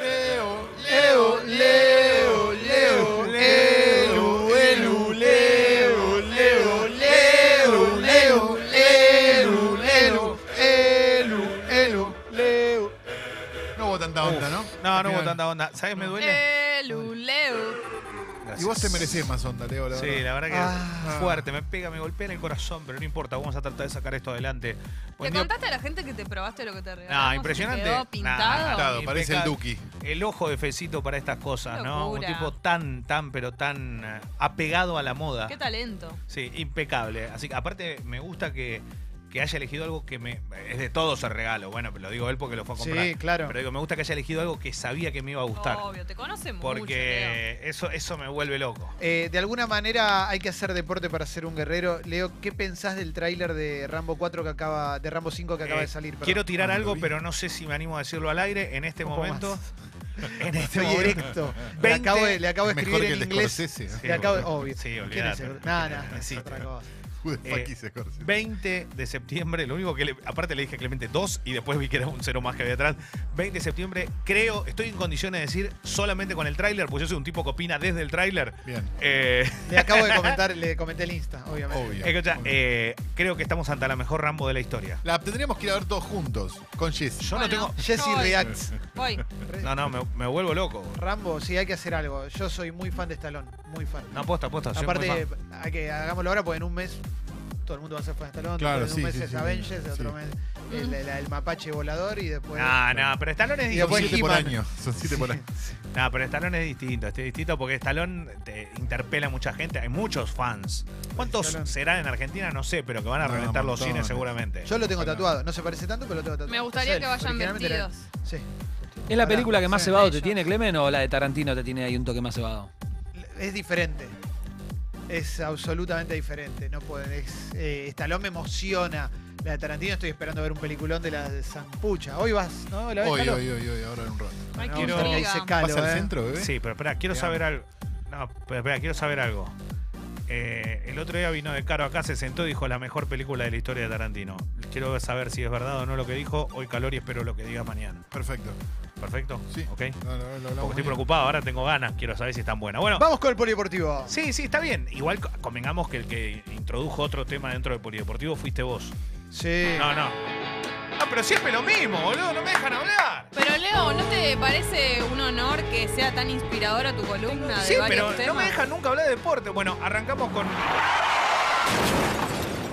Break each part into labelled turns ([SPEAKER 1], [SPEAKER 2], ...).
[SPEAKER 1] Leo, Leo, Leo, Leo, Leo, Leo, Leo, Leo, Leo, Leo, Leo, Leo, Leo, Leo, Leo, Leo. No hubo tanta onda, ¿no?
[SPEAKER 2] No,
[SPEAKER 1] Al
[SPEAKER 2] no hubo
[SPEAKER 1] final.
[SPEAKER 2] tanta onda. ¿Sabes? Me duele.
[SPEAKER 3] Lelu, Leo.
[SPEAKER 1] Y vos te merecés más onda, Leo, la
[SPEAKER 2] Sí,
[SPEAKER 1] verdad.
[SPEAKER 2] la verdad que
[SPEAKER 1] Ah.
[SPEAKER 2] es fuerte. Me pega, me golpea en el corazón, pero no importa. Vamos a tratar de sacar esto adelante.
[SPEAKER 3] ¿Le
[SPEAKER 2] Buen día.
[SPEAKER 3] contaste a la gente que te probaste lo que te regalamos?
[SPEAKER 2] No,
[SPEAKER 3] y
[SPEAKER 2] impresionante.
[SPEAKER 3] quedó pintado.
[SPEAKER 2] Nah,
[SPEAKER 1] Pintado, parece el
[SPEAKER 2] Impecable.
[SPEAKER 1] Duki.
[SPEAKER 2] El ojo de Fecito para estas cosas, ¿no? Un
[SPEAKER 3] Locura.
[SPEAKER 2] tipo tan, tan, pero tan eh, apegado a la moda.
[SPEAKER 3] Qué talento.
[SPEAKER 2] Sí, impecable. Así que aparte me gusta que, que haya elegido algo que me... Es de todos el regalo, bueno, pero lo digo él porque lo fue a comprar.
[SPEAKER 4] Sí, claro.
[SPEAKER 2] Pero digo, me gusta que haya elegido algo que sabía que me iba a gustar.
[SPEAKER 3] Obvio, te conoce mucho. Leo.
[SPEAKER 2] porque eso, eso me vuelve loco.
[SPEAKER 4] Eh, de alguna manera hay que hacer deporte para ser un guerrero. Leo, ¿qué pensás del tráiler de Rambo 4 que acaba, de Rambo 5 que acaba
[SPEAKER 2] Eh,
[SPEAKER 4] de salir? perdón?
[SPEAKER 2] Quiero tirar
[SPEAKER 1] Ah, no lo
[SPEAKER 2] algo,
[SPEAKER 1] vi.
[SPEAKER 2] pero no sé si me animo a decirlo al aire en este
[SPEAKER 4] Un poco
[SPEAKER 2] momento. En este
[SPEAKER 4] Soy
[SPEAKER 2] momento.
[SPEAKER 4] erecto. Le
[SPEAKER 2] 20.
[SPEAKER 4] acabo de, le acabo de
[SPEAKER 1] Es mejor
[SPEAKER 4] escribir
[SPEAKER 1] que
[SPEAKER 4] en
[SPEAKER 1] el de
[SPEAKER 4] inglés.
[SPEAKER 1] Scorsese. ¿eh? ¿no?
[SPEAKER 2] Sí,
[SPEAKER 4] le acabo de,
[SPEAKER 2] boludo.
[SPEAKER 4] obvio.
[SPEAKER 2] Sí,
[SPEAKER 4] ¿Quién es
[SPEAKER 2] olvidate.
[SPEAKER 4] el- Nah, nah,
[SPEAKER 2] No
[SPEAKER 4] es
[SPEAKER 2] existe.
[SPEAKER 4] otra cosa.
[SPEAKER 1] Who the fuck
[SPEAKER 2] Eh,
[SPEAKER 1] is Scorsese?
[SPEAKER 2] 20 de septiembre, lo único que le- aparte le dije a Clemente 2 y después vi que era un cero más que había atrás. 20 de septiembre, creo, estoy en condiciones de decir solamente con el tráiler, porque yo soy un tipo que opina desde el tráiler.
[SPEAKER 1] Bien,
[SPEAKER 2] Eh,
[SPEAKER 4] Le acabo de comentar, le comenté el Insta, obviamente.
[SPEAKER 1] obvio.
[SPEAKER 2] escucha,
[SPEAKER 1] Obvio.
[SPEAKER 2] eh, creo que estamos ante la mejor Rambo de la historia.
[SPEAKER 1] La tendríamos que ir a ver todos juntos, con Jess.
[SPEAKER 2] Yo no
[SPEAKER 3] Bueno.
[SPEAKER 2] tengo.
[SPEAKER 4] Jesse
[SPEAKER 3] Voy.
[SPEAKER 4] Reacts.
[SPEAKER 3] Voy.
[SPEAKER 4] Re-
[SPEAKER 2] No, no, me, me vuelvo loco.
[SPEAKER 4] Rambo, sí, hay que hacer algo. Yo soy muy fan de Stallone, muy fan.
[SPEAKER 2] No, aposta, aposta. soy muy
[SPEAKER 4] Aparte,
[SPEAKER 2] fan.
[SPEAKER 4] hay que hagámoslo ahora porque en un mes todo el mundo va a ser fan de Stallone.
[SPEAKER 1] Claro,
[SPEAKER 4] después en un
[SPEAKER 1] sí,
[SPEAKER 4] mes
[SPEAKER 1] sí,
[SPEAKER 4] es
[SPEAKER 1] sí,
[SPEAKER 4] Avengers,
[SPEAKER 1] sí. Ah,
[SPEAKER 4] otro mes el, el- el mapache volador y después...
[SPEAKER 2] No, no, pero Stallone es
[SPEAKER 4] Y después
[SPEAKER 1] Son
[SPEAKER 2] distinto.
[SPEAKER 1] siete por
[SPEAKER 4] He-Man.
[SPEAKER 1] año. Son siete por año.
[SPEAKER 2] No, pero Stallone es distinto. Este es distinto porque Stallone te interpela a mucha gente. Hay muchos fans. ¿Cuántos
[SPEAKER 4] Stallone.
[SPEAKER 2] serán en Argentina? No sé, pero que van a
[SPEAKER 1] No,
[SPEAKER 2] reventar los
[SPEAKER 1] montones.
[SPEAKER 2] cines seguramente.
[SPEAKER 4] Yo lo tengo
[SPEAKER 1] Ojalá.
[SPEAKER 4] tatuado, no se parece tanto, pero lo tengo tatuado.
[SPEAKER 3] Me gustaría
[SPEAKER 4] Sí,
[SPEAKER 3] que vayan
[SPEAKER 4] originalmente era-
[SPEAKER 3] vestidos.
[SPEAKER 4] Sí.
[SPEAKER 5] ¿Es la
[SPEAKER 4] Pará,
[SPEAKER 5] película que más
[SPEAKER 4] sí.
[SPEAKER 5] cebado te
[SPEAKER 3] Yo.
[SPEAKER 5] tiene Clemen o la de Tarantino te tiene ahí un toque más cebado?
[SPEAKER 4] Es diferente. Es absolutamente diferente. No pueden. Es, eh, Stallone me emociona. La de Tarantino estoy esperando ver un peliculón de la de Zampucha. Hoy vas, ¿no? ¿La ves,
[SPEAKER 1] Hoy,
[SPEAKER 4] Calo?
[SPEAKER 1] hoy, hoy, hoy, ahora en un rato.
[SPEAKER 3] Ay,
[SPEAKER 4] No,
[SPEAKER 3] qué
[SPEAKER 2] quiero-
[SPEAKER 4] cerca
[SPEAKER 3] intriga.
[SPEAKER 4] dice Calo,
[SPEAKER 1] ¿Vas al
[SPEAKER 4] eh.
[SPEAKER 1] centro, bebé?
[SPEAKER 2] Sí, pero espera, quiero
[SPEAKER 1] Te
[SPEAKER 2] saber algo. No, pero espera, quiero saber algo. Eh, el otro día vino de Caro acá, se sentó y dijo la mejor película de la historia de Tarantino. Quiero saber si es verdad o no lo que dijo. Hoy calor y espero lo que diga mañana.
[SPEAKER 1] Perfecto.
[SPEAKER 2] ¿Perfecto?
[SPEAKER 1] Sí.
[SPEAKER 2] ¿Ok?
[SPEAKER 1] No, no, lo hablamos
[SPEAKER 2] Porque estoy
[SPEAKER 1] mañana.
[SPEAKER 2] preocupado, ahora tengo ganas, quiero saber si es tan buena. Bueno,
[SPEAKER 4] Vamos con el polideportivo.
[SPEAKER 2] sí, sí, está bien. Igual co- convengamos que el que introdujo otro tema dentro del polideportivo fuiste vos.
[SPEAKER 4] Sí.
[SPEAKER 2] No, no. Ah, pero siempre lo mismo, boludo, no me dejan hablar.
[SPEAKER 3] Pero Leo, ¿no te parece un honor que sea tan inspiradora tu columna Ah, de
[SPEAKER 2] Sí,
[SPEAKER 3] varios
[SPEAKER 2] pero no
[SPEAKER 3] temas?
[SPEAKER 2] me dejan nunca hablar de deporte. Bueno, arrancamos con.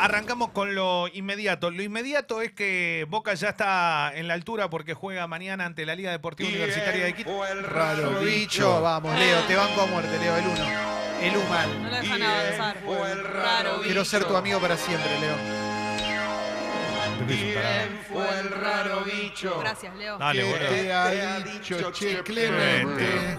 [SPEAKER 2] Arrancamos con lo inmediato. Lo inmediato es que Boca ya está en la altura porque juega mañana ante la Liga Deportiva Universitaria de Quito.
[SPEAKER 1] Raro
[SPEAKER 4] Bicho, vamos, Leo, te banco a muerte, Leo, el uno. El humano.
[SPEAKER 3] No lo dejan avanzar. Raro,
[SPEAKER 4] Quiero ser tu amigo para siempre, Leo.
[SPEAKER 6] Fue el raro bicho.
[SPEAKER 3] Gracias, Leo.
[SPEAKER 2] Dale,
[SPEAKER 1] ¿Qué
[SPEAKER 2] boludo.
[SPEAKER 1] te ha dicho Che Clemente?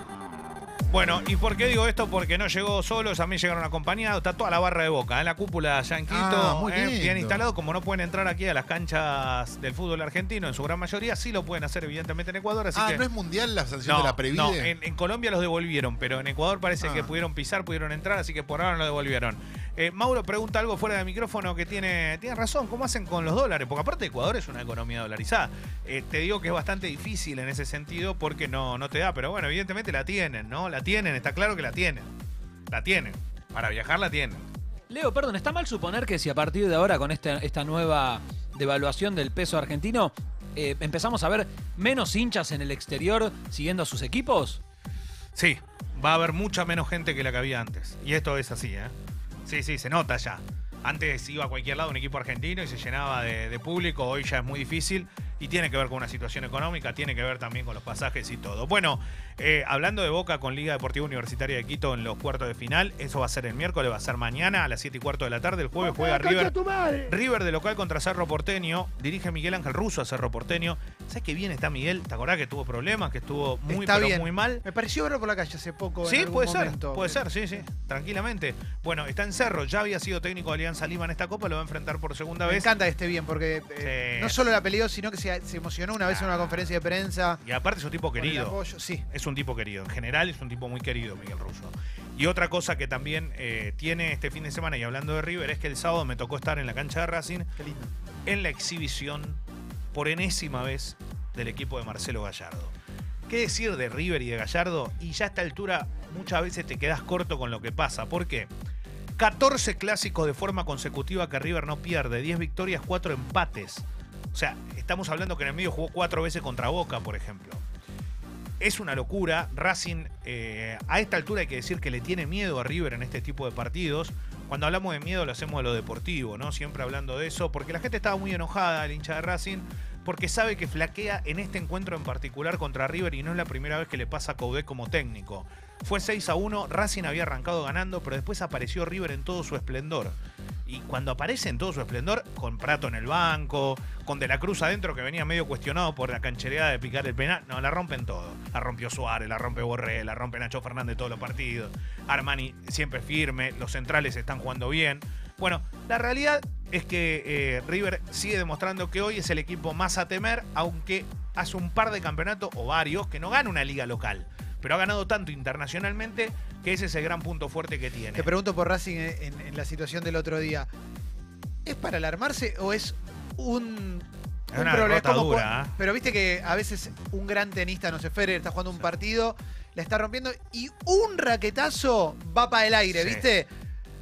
[SPEAKER 2] Bueno, ¿y por qué digo esto? Porque no llegó solo, también llegaron acompañados. Está toda la barra de boca, ¿eh? la cúpula ya en Quito,
[SPEAKER 1] Ah, muy
[SPEAKER 2] ¿eh? bien
[SPEAKER 1] lindo.
[SPEAKER 2] instalado. Como no pueden entrar aquí a las canchas del fútbol argentino, en su gran mayoría, sí lo pueden hacer, evidentemente, en Ecuador. Así
[SPEAKER 1] Ah,
[SPEAKER 2] que
[SPEAKER 1] ¿no es mundial la sanción de la Previde?
[SPEAKER 2] no, en, en Colombia los devolvieron, pero en Ecuador parece
[SPEAKER 1] Ah.
[SPEAKER 2] que pudieron pisar, pudieron entrar, así que por ahora no lo devolvieron. Eh, Mauro pregunta algo fuera de micrófono que tiene, tiene razón, ¿cómo hacen con los dólares? Porque aparte Ecuador es una economía dolarizada. Eh, te digo que es bastante difícil en ese sentido porque no, no te da, pero bueno, evidentemente la tienen, ¿no? La tienen, está claro que la tienen. La tienen. Para viajar la tienen.
[SPEAKER 5] Leo, perdón, ¿está mal suponer que si a partir de ahora con esta, esta nueva devaluación del peso argentino eh, empezamos a ver menos hinchas en el exterior siguiendo a sus equipos?
[SPEAKER 2] Sí, va a haber mucha menos gente que la que había antes. Y esto es así, ¿eh? Sí, sí, se nota ya. Antes iba a cualquier lado un equipo argentino y se llenaba de, de público, hoy ya es muy difícil y tiene que ver con una situación económica, tiene que ver también con los pasajes y todo. Bueno, eh, hablando de Boca con Liga Deportiva Universitaria de Quito en los cuartos de final, eso va a ser el miércoles, va a ser mañana a las 7 y cuarto de la tarde, el jueves juega River. River de local contra Cerro Porteño, dirige Miguel Ángel Russo a Cerro Porteño. ¿Sabes qué bien está Miguel? ¿Te acordás que tuvo problemas, que estuvo muy,
[SPEAKER 4] Está
[SPEAKER 2] pero
[SPEAKER 4] bien.
[SPEAKER 2] muy mal?
[SPEAKER 4] Me pareció verlo por la calle hace poco. en
[SPEAKER 2] Sí,
[SPEAKER 4] algún
[SPEAKER 2] puede
[SPEAKER 4] momento.
[SPEAKER 2] ser, puede ser, sí, sí, tranquilamente. Bueno, está en Cerro, ya había sido técnico de Alianza Lima en esta Copa, lo va a enfrentar por segunda
[SPEAKER 4] Me
[SPEAKER 2] vez.
[SPEAKER 4] encanta que esté bien porque eh,
[SPEAKER 2] Sí.
[SPEAKER 4] no solo la peleó, sino que se, se emocionó una vez en una conferencia de prensa.
[SPEAKER 2] Y aparte es un tipo
[SPEAKER 4] con el
[SPEAKER 2] querido.
[SPEAKER 4] apoyo. Sí.
[SPEAKER 2] Es un tipo querido, en general es un tipo muy querido, Miguel Russo. Y otra cosa que también eh, tiene este fin de semana, y hablando de River, es que el sábado me tocó estar en la cancha de Racing,
[SPEAKER 4] Qué lindo.
[SPEAKER 2] en la exhibición, por enésima vez, del equipo de Marcelo Gallardo. ¿Qué decir de River y de Gallardo? Y ya a esta altura muchas veces te quedas corto con lo que pasa. ¿Por qué? 14 clásicos de forma consecutiva que River no pierde, 10 victorias, 4 empates. O sea, estamos hablando que en el medio jugó 4 veces contra Boca, por ejemplo. Es una locura. Racing, eh, a esta altura hay que decir que le tiene miedo a River en este tipo de partidos. Cuando hablamos de miedo lo hacemos de lo deportivo, ¿no? Siempre hablando de eso, porque la gente estaba muy enojada, el hincha de Racing, porque sabe que flaquea en este encuentro en particular contra River y no es la primera vez que le pasa a Coudet como técnico. Fue 6 a 1, Racing había arrancado ganando, pero después apareció River en todo su esplendor. Y cuando aparece en todo su esplendor, con Prato en el banco, con De la Cruz adentro que venía medio cuestionado por la canchereada de picar el penal, no, la rompen todo. La rompió Suárez, la rompe Borré, la rompe Nacho Fernández todos los partidos. Armani siempre firme, los centrales están jugando bien. Bueno, la realidad es que eh, River sigue demostrando que hoy es el equipo más a temer, aunque hace un par de campeonatos o varios que no gana una liga local. Pero ha ganado tanto internacionalmente que ese es el gran punto fuerte que tiene.
[SPEAKER 4] Te pregunto por Racing en, en- en la situación del otro día. ¿Es para alarmarse o es un,
[SPEAKER 2] Es
[SPEAKER 4] un
[SPEAKER 2] una
[SPEAKER 4] problema?
[SPEAKER 2] derrota
[SPEAKER 4] como cua-
[SPEAKER 2] dura, ¿eh?
[SPEAKER 4] Pero viste que a veces un gran tenista, no sé, Federer está jugando un partido, la está rompiendo y un raquetazo va para el aire,
[SPEAKER 2] Sí.
[SPEAKER 4] ¿viste?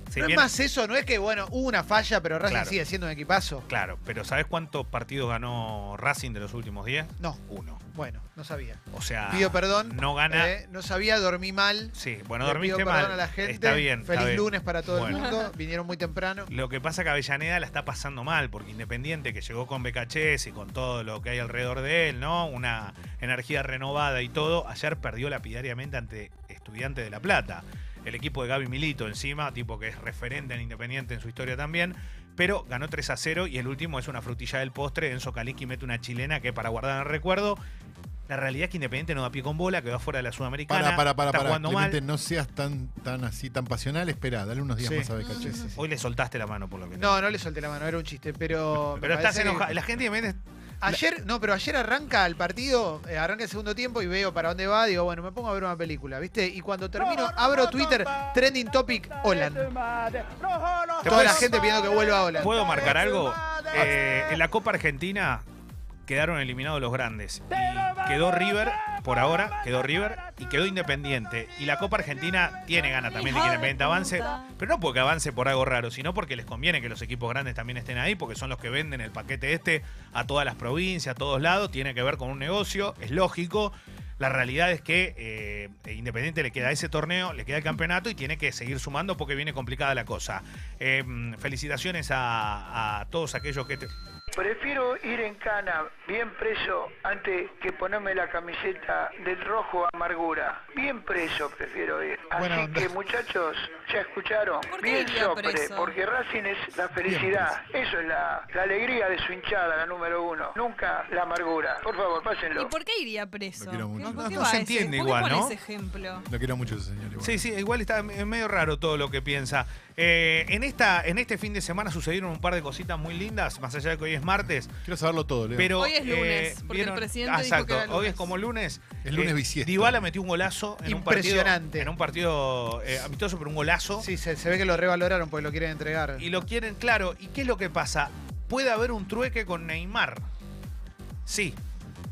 [SPEAKER 2] Si
[SPEAKER 4] no
[SPEAKER 2] bien-
[SPEAKER 4] es más eso, no es que, bueno, hubo una falla, pero Racing
[SPEAKER 2] Claro.
[SPEAKER 4] sigue siendo un equipazo.
[SPEAKER 2] Claro, pero ¿sabes cuántos partidos ganó Racing de los últimos 10?
[SPEAKER 4] No,
[SPEAKER 2] Uno.
[SPEAKER 4] bueno, no sabía.
[SPEAKER 2] O sea,
[SPEAKER 4] Pido perdón.
[SPEAKER 2] Ah, no gana.
[SPEAKER 4] eh, no sabía, dormí mal.
[SPEAKER 2] Sí, bueno,
[SPEAKER 4] Le
[SPEAKER 2] dormiste
[SPEAKER 4] pido
[SPEAKER 2] mal.
[SPEAKER 4] perdón a la gente.
[SPEAKER 2] Está bien. está
[SPEAKER 4] Feliz
[SPEAKER 2] bien.
[SPEAKER 4] lunes para todo
[SPEAKER 2] Bueno.
[SPEAKER 4] el mundo. Vinieron muy temprano.
[SPEAKER 2] Lo que pasa es que Avellaneda la está pasando mal, porque Independiente, que llegó con Becachés y con todo lo que hay alrededor de él, ¿no? Una energía renovada y todo, ayer perdió lapidariamente ante Estudiantes de La Plata. El equipo de Gaby Milito encima, tipo que es referente en Independiente en su historia también, pero ganó 3 a 0 y el último es una frutilla del postre. Enzo Caliqui mete una chilena que para guardar en el recuerdo. La realidad es que Independiente no da pie con bola, que va fuera de la Sudamericana.
[SPEAKER 1] Para, para, para,
[SPEAKER 2] está
[SPEAKER 1] para.
[SPEAKER 2] jugando
[SPEAKER 1] Clemente,
[SPEAKER 2] mal.
[SPEAKER 1] no seas tan, tan así, tan pasional. Espera, dale unos días
[SPEAKER 4] Sí.
[SPEAKER 1] más a Becachese.
[SPEAKER 2] Hoy le soltaste la mano por lo que
[SPEAKER 4] No, no le solté la mano, era un chiste, pero. me
[SPEAKER 2] Pero estás
[SPEAKER 4] parece que-
[SPEAKER 2] enojado. La gente de Independiente
[SPEAKER 4] Ayer, no, pero ayer arranca el partido, eh, arranca el segundo tiempo y veo para dónde va, digo, bueno, me pongo a ver una película, ¿viste? Y cuando termino, abro Twitter, trending topic, Holland.
[SPEAKER 2] ¿Te
[SPEAKER 4] Toda la
[SPEAKER 2] puedes-
[SPEAKER 4] gente pidiendo que vuelva Holland.
[SPEAKER 2] ¿Puedo marcar algo? Eh, en la Copa Argentina quedaron eliminados los grandes. Y quedó River, por ahora, quedó River y quedó Independiente. Y la Copa Argentina tiene ganas también de que Independiente avance, pero no porque avance por algo raro, sino porque les conviene que los equipos grandes también estén ahí, porque son los que venden el paquete este a todas las provincias, a todos lados. Tiene que ver con un negocio, es lógico. La realidad es que eh, Independiente le queda ese torneo, le queda el campeonato y tiene que seguir sumando porque viene complicada la cosa. Eh, felicitaciones a, a todos aquellos que... te-
[SPEAKER 7] Prefiero ir en cana, bien preso, antes que ponerme la camiseta del rojo amargura. Bien preso prefiero ir. Así
[SPEAKER 1] Buena onda.
[SPEAKER 7] que muchachos, ya escucharon.
[SPEAKER 3] ¿Por qué
[SPEAKER 7] Bien
[SPEAKER 3] iría
[SPEAKER 7] sopre,
[SPEAKER 3] preso?
[SPEAKER 7] porque Racing es la felicidad. Eso es la, la alegría de su hinchada, la número uno. Nunca la amargura. Por favor, pásenlo.
[SPEAKER 3] ¿Y por qué iría preso?
[SPEAKER 1] Lo quiero mucho.
[SPEAKER 3] ¿Por
[SPEAKER 2] No,
[SPEAKER 3] qué
[SPEAKER 2] no
[SPEAKER 3] va
[SPEAKER 2] se
[SPEAKER 3] ese?
[SPEAKER 2] entiende
[SPEAKER 3] ¿Por qué
[SPEAKER 2] igual,
[SPEAKER 3] pone
[SPEAKER 2] ¿no?
[SPEAKER 3] ese ejemplo?
[SPEAKER 1] Lo quiero mucho, ese señor. igual.
[SPEAKER 2] Sí, sí, igual está es medio raro todo lo que piensa. Eh, en, esta, en este fin de semana sucedieron un par de cositas muy lindas, más allá de que hoy es martes.
[SPEAKER 1] Quiero saberlo todo, Leo.
[SPEAKER 2] Pero,
[SPEAKER 3] Hoy es lunes,
[SPEAKER 2] eh,
[SPEAKER 3] porque el
[SPEAKER 2] vieron-
[SPEAKER 3] presidente
[SPEAKER 2] Ah,
[SPEAKER 3] dijo que
[SPEAKER 2] Exacto,
[SPEAKER 3] era lunes.
[SPEAKER 2] hoy es como lunes.
[SPEAKER 1] Es lunes
[SPEAKER 2] Eh,
[SPEAKER 1] bisiesto.
[SPEAKER 2] Dybala metió un golazo en un partido.
[SPEAKER 4] Impresionante.
[SPEAKER 2] En un partido eh, amistoso, pero un golazo.
[SPEAKER 4] Sí, se, se ve que lo revaloraron porque lo quieren entregar.
[SPEAKER 2] Y lo quieren, claro. ¿Y qué es lo que pasa? Puede haber un trueque con Neymar. Sí.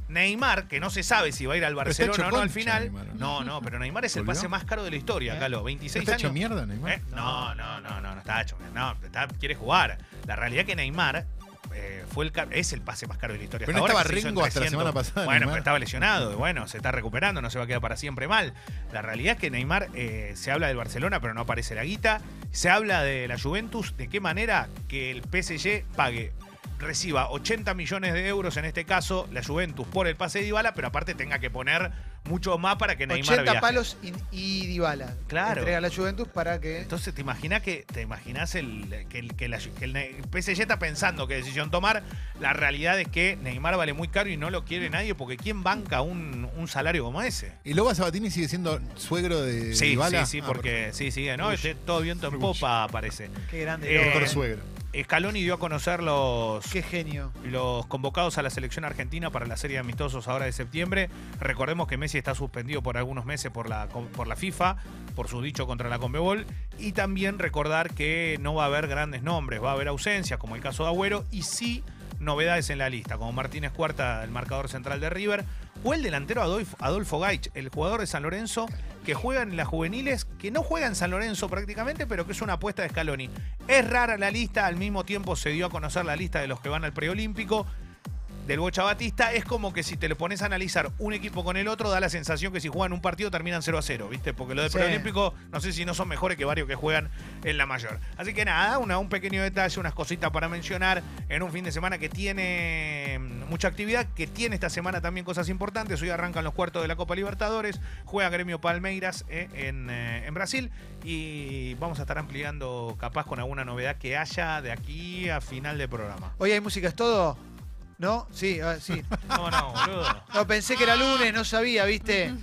[SPEAKER 2] Neymar, que no se sabe si va a ir al
[SPEAKER 1] Pero está
[SPEAKER 2] Barcelona o
[SPEAKER 1] hecho
[SPEAKER 2] no al
[SPEAKER 1] concha,
[SPEAKER 2] final.
[SPEAKER 1] Neymar, ¿no?
[SPEAKER 2] no, no, pero Neymar es el
[SPEAKER 1] ¿Volvió?
[SPEAKER 2] pase más caro de la historia,
[SPEAKER 4] ¿Eh?
[SPEAKER 2] Galo.
[SPEAKER 1] ¿No
[SPEAKER 2] 26
[SPEAKER 1] está hecho
[SPEAKER 2] años.
[SPEAKER 1] mierda, Neymar?
[SPEAKER 2] ¿Eh? No, no, no, no, no está hecho. No, está- quiere jugar. La realidad es que Neymar eh, fue el ca- es el pase más caro de la historia.
[SPEAKER 1] Pero
[SPEAKER 2] Hasta
[SPEAKER 1] no
[SPEAKER 2] ahora
[SPEAKER 1] estaba
[SPEAKER 2] que se hizo en
[SPEAKER 1] Rengo hasta la
[SPEAKER 2] 300.
[SPEAKER 1] semana pasada,
[SPEAKER 2] Bueno,
[SPEAKER 1] Neymar.
[SPEAKER 2] pero estaba lesionado. Bueno, se está recuperando, no se va a quedar para siempre mal. La realidad es que Neymar eh, se habla del Barcelona, pero no aparece la guita. Se habla de la Juventus, de qué manera que el PSG pague. Reciba 80 millones de euros en este caso la Juventus por el pase de Dybala, pero aparte tenga que poner mucho más para que Neymar
[SPEAKER 4] 80
[SPEAKER 2] viaje.
[SPEAKER 4] palos y, y Dybala.
[SPEAKER 2] Claro.
[SPEAKER 4] Entrega a la Juventus para que.
[SPEAKER 2] Entonces te imaginas que te imaginas el, que, el, que la- que el Ne- PSG está pensando qué decisión tomar. La realidad es que Neymar vale muy caro y no lo quiere nadie porque ¿quién banca un, un salario como ese?
[SPEAKER 1] ¿Y Loba Sabatini sigue siendo suegro de
[SPEAKER 2] Sí,
[SPEAKER 1] Dybala?
[SPEAKER 2] sí, sí,
[SPEAKER 1] Ah,
[SPEAKER 2] porque sí, sí, no,
[SPEAKER 1] Uy.
[SPEAKER 2] este- todo viento en
[SPEAKER 1] Uy.
[SPEAKER 2] popa parece.
[SPEAKER 4] qué grande.
[SPEAKER 2] Eh,
[SPEAKER 4] Lobo.
[SPEAKER 1] Mejor suegro.
[SPEAKER 2] Scaloni dio a conocer los
[SPEAKER 4] qué genio.
[SPEAKER 2] los convocados a la selección argentina para la serie de amistosos ahora de septiembre. Recordemos que Messi está suspendido por algunos meses por la, por la FIFA, por su dicho contra la Conmebol. Y también recordar que no va a haber grandes nombres, va a haber ausencias, como el caso de Agüero, y sí novedades en la lista, como Martínez Cuarta, el marcador central de River, o el delantero Adolfo, Adolfo Gaich, el jugador de San Lorenzo, que juega en las juveniles, que no juega en San Lorenzo prácticamente, pero que es una apuesta de Scaloni. Es rara la lista, al mismo tiempo se dio a conocer la lista de los que van al preolímpico del Bocha Batista. Es como que si te le pones a analizar un equipo con el otro, da la sensación que si juegan un partido terminan 0 a 0, ¿viste? Porque lo del
[SPEAKER 4] Sí.
[SPEAKER 2] preolímpico, no sé si no son mejores que varios que juegan en la mayor. Así que nada, una- un pequeño detalle, unas cositas para mencionar en un fin de semana que tiene mm, mucha actividad, que tiene esta semana también cosas importantes. Hoy arrancan los cuartos de la Copa Libertadores, juega Gremio Palmeiras eh, en, eh, en Brasil y vamos a estar ampliando capaz con alguna novedad que haya de aquí a final de programa.
[SPEAKER 4] Hoy hay música, es todo. ¿No? Sí, ah, sí.
[SPEAKER 2] No, no, boludo.
[SPEAKER 4] No, pensé que era lunes, no sabía, ¿viste?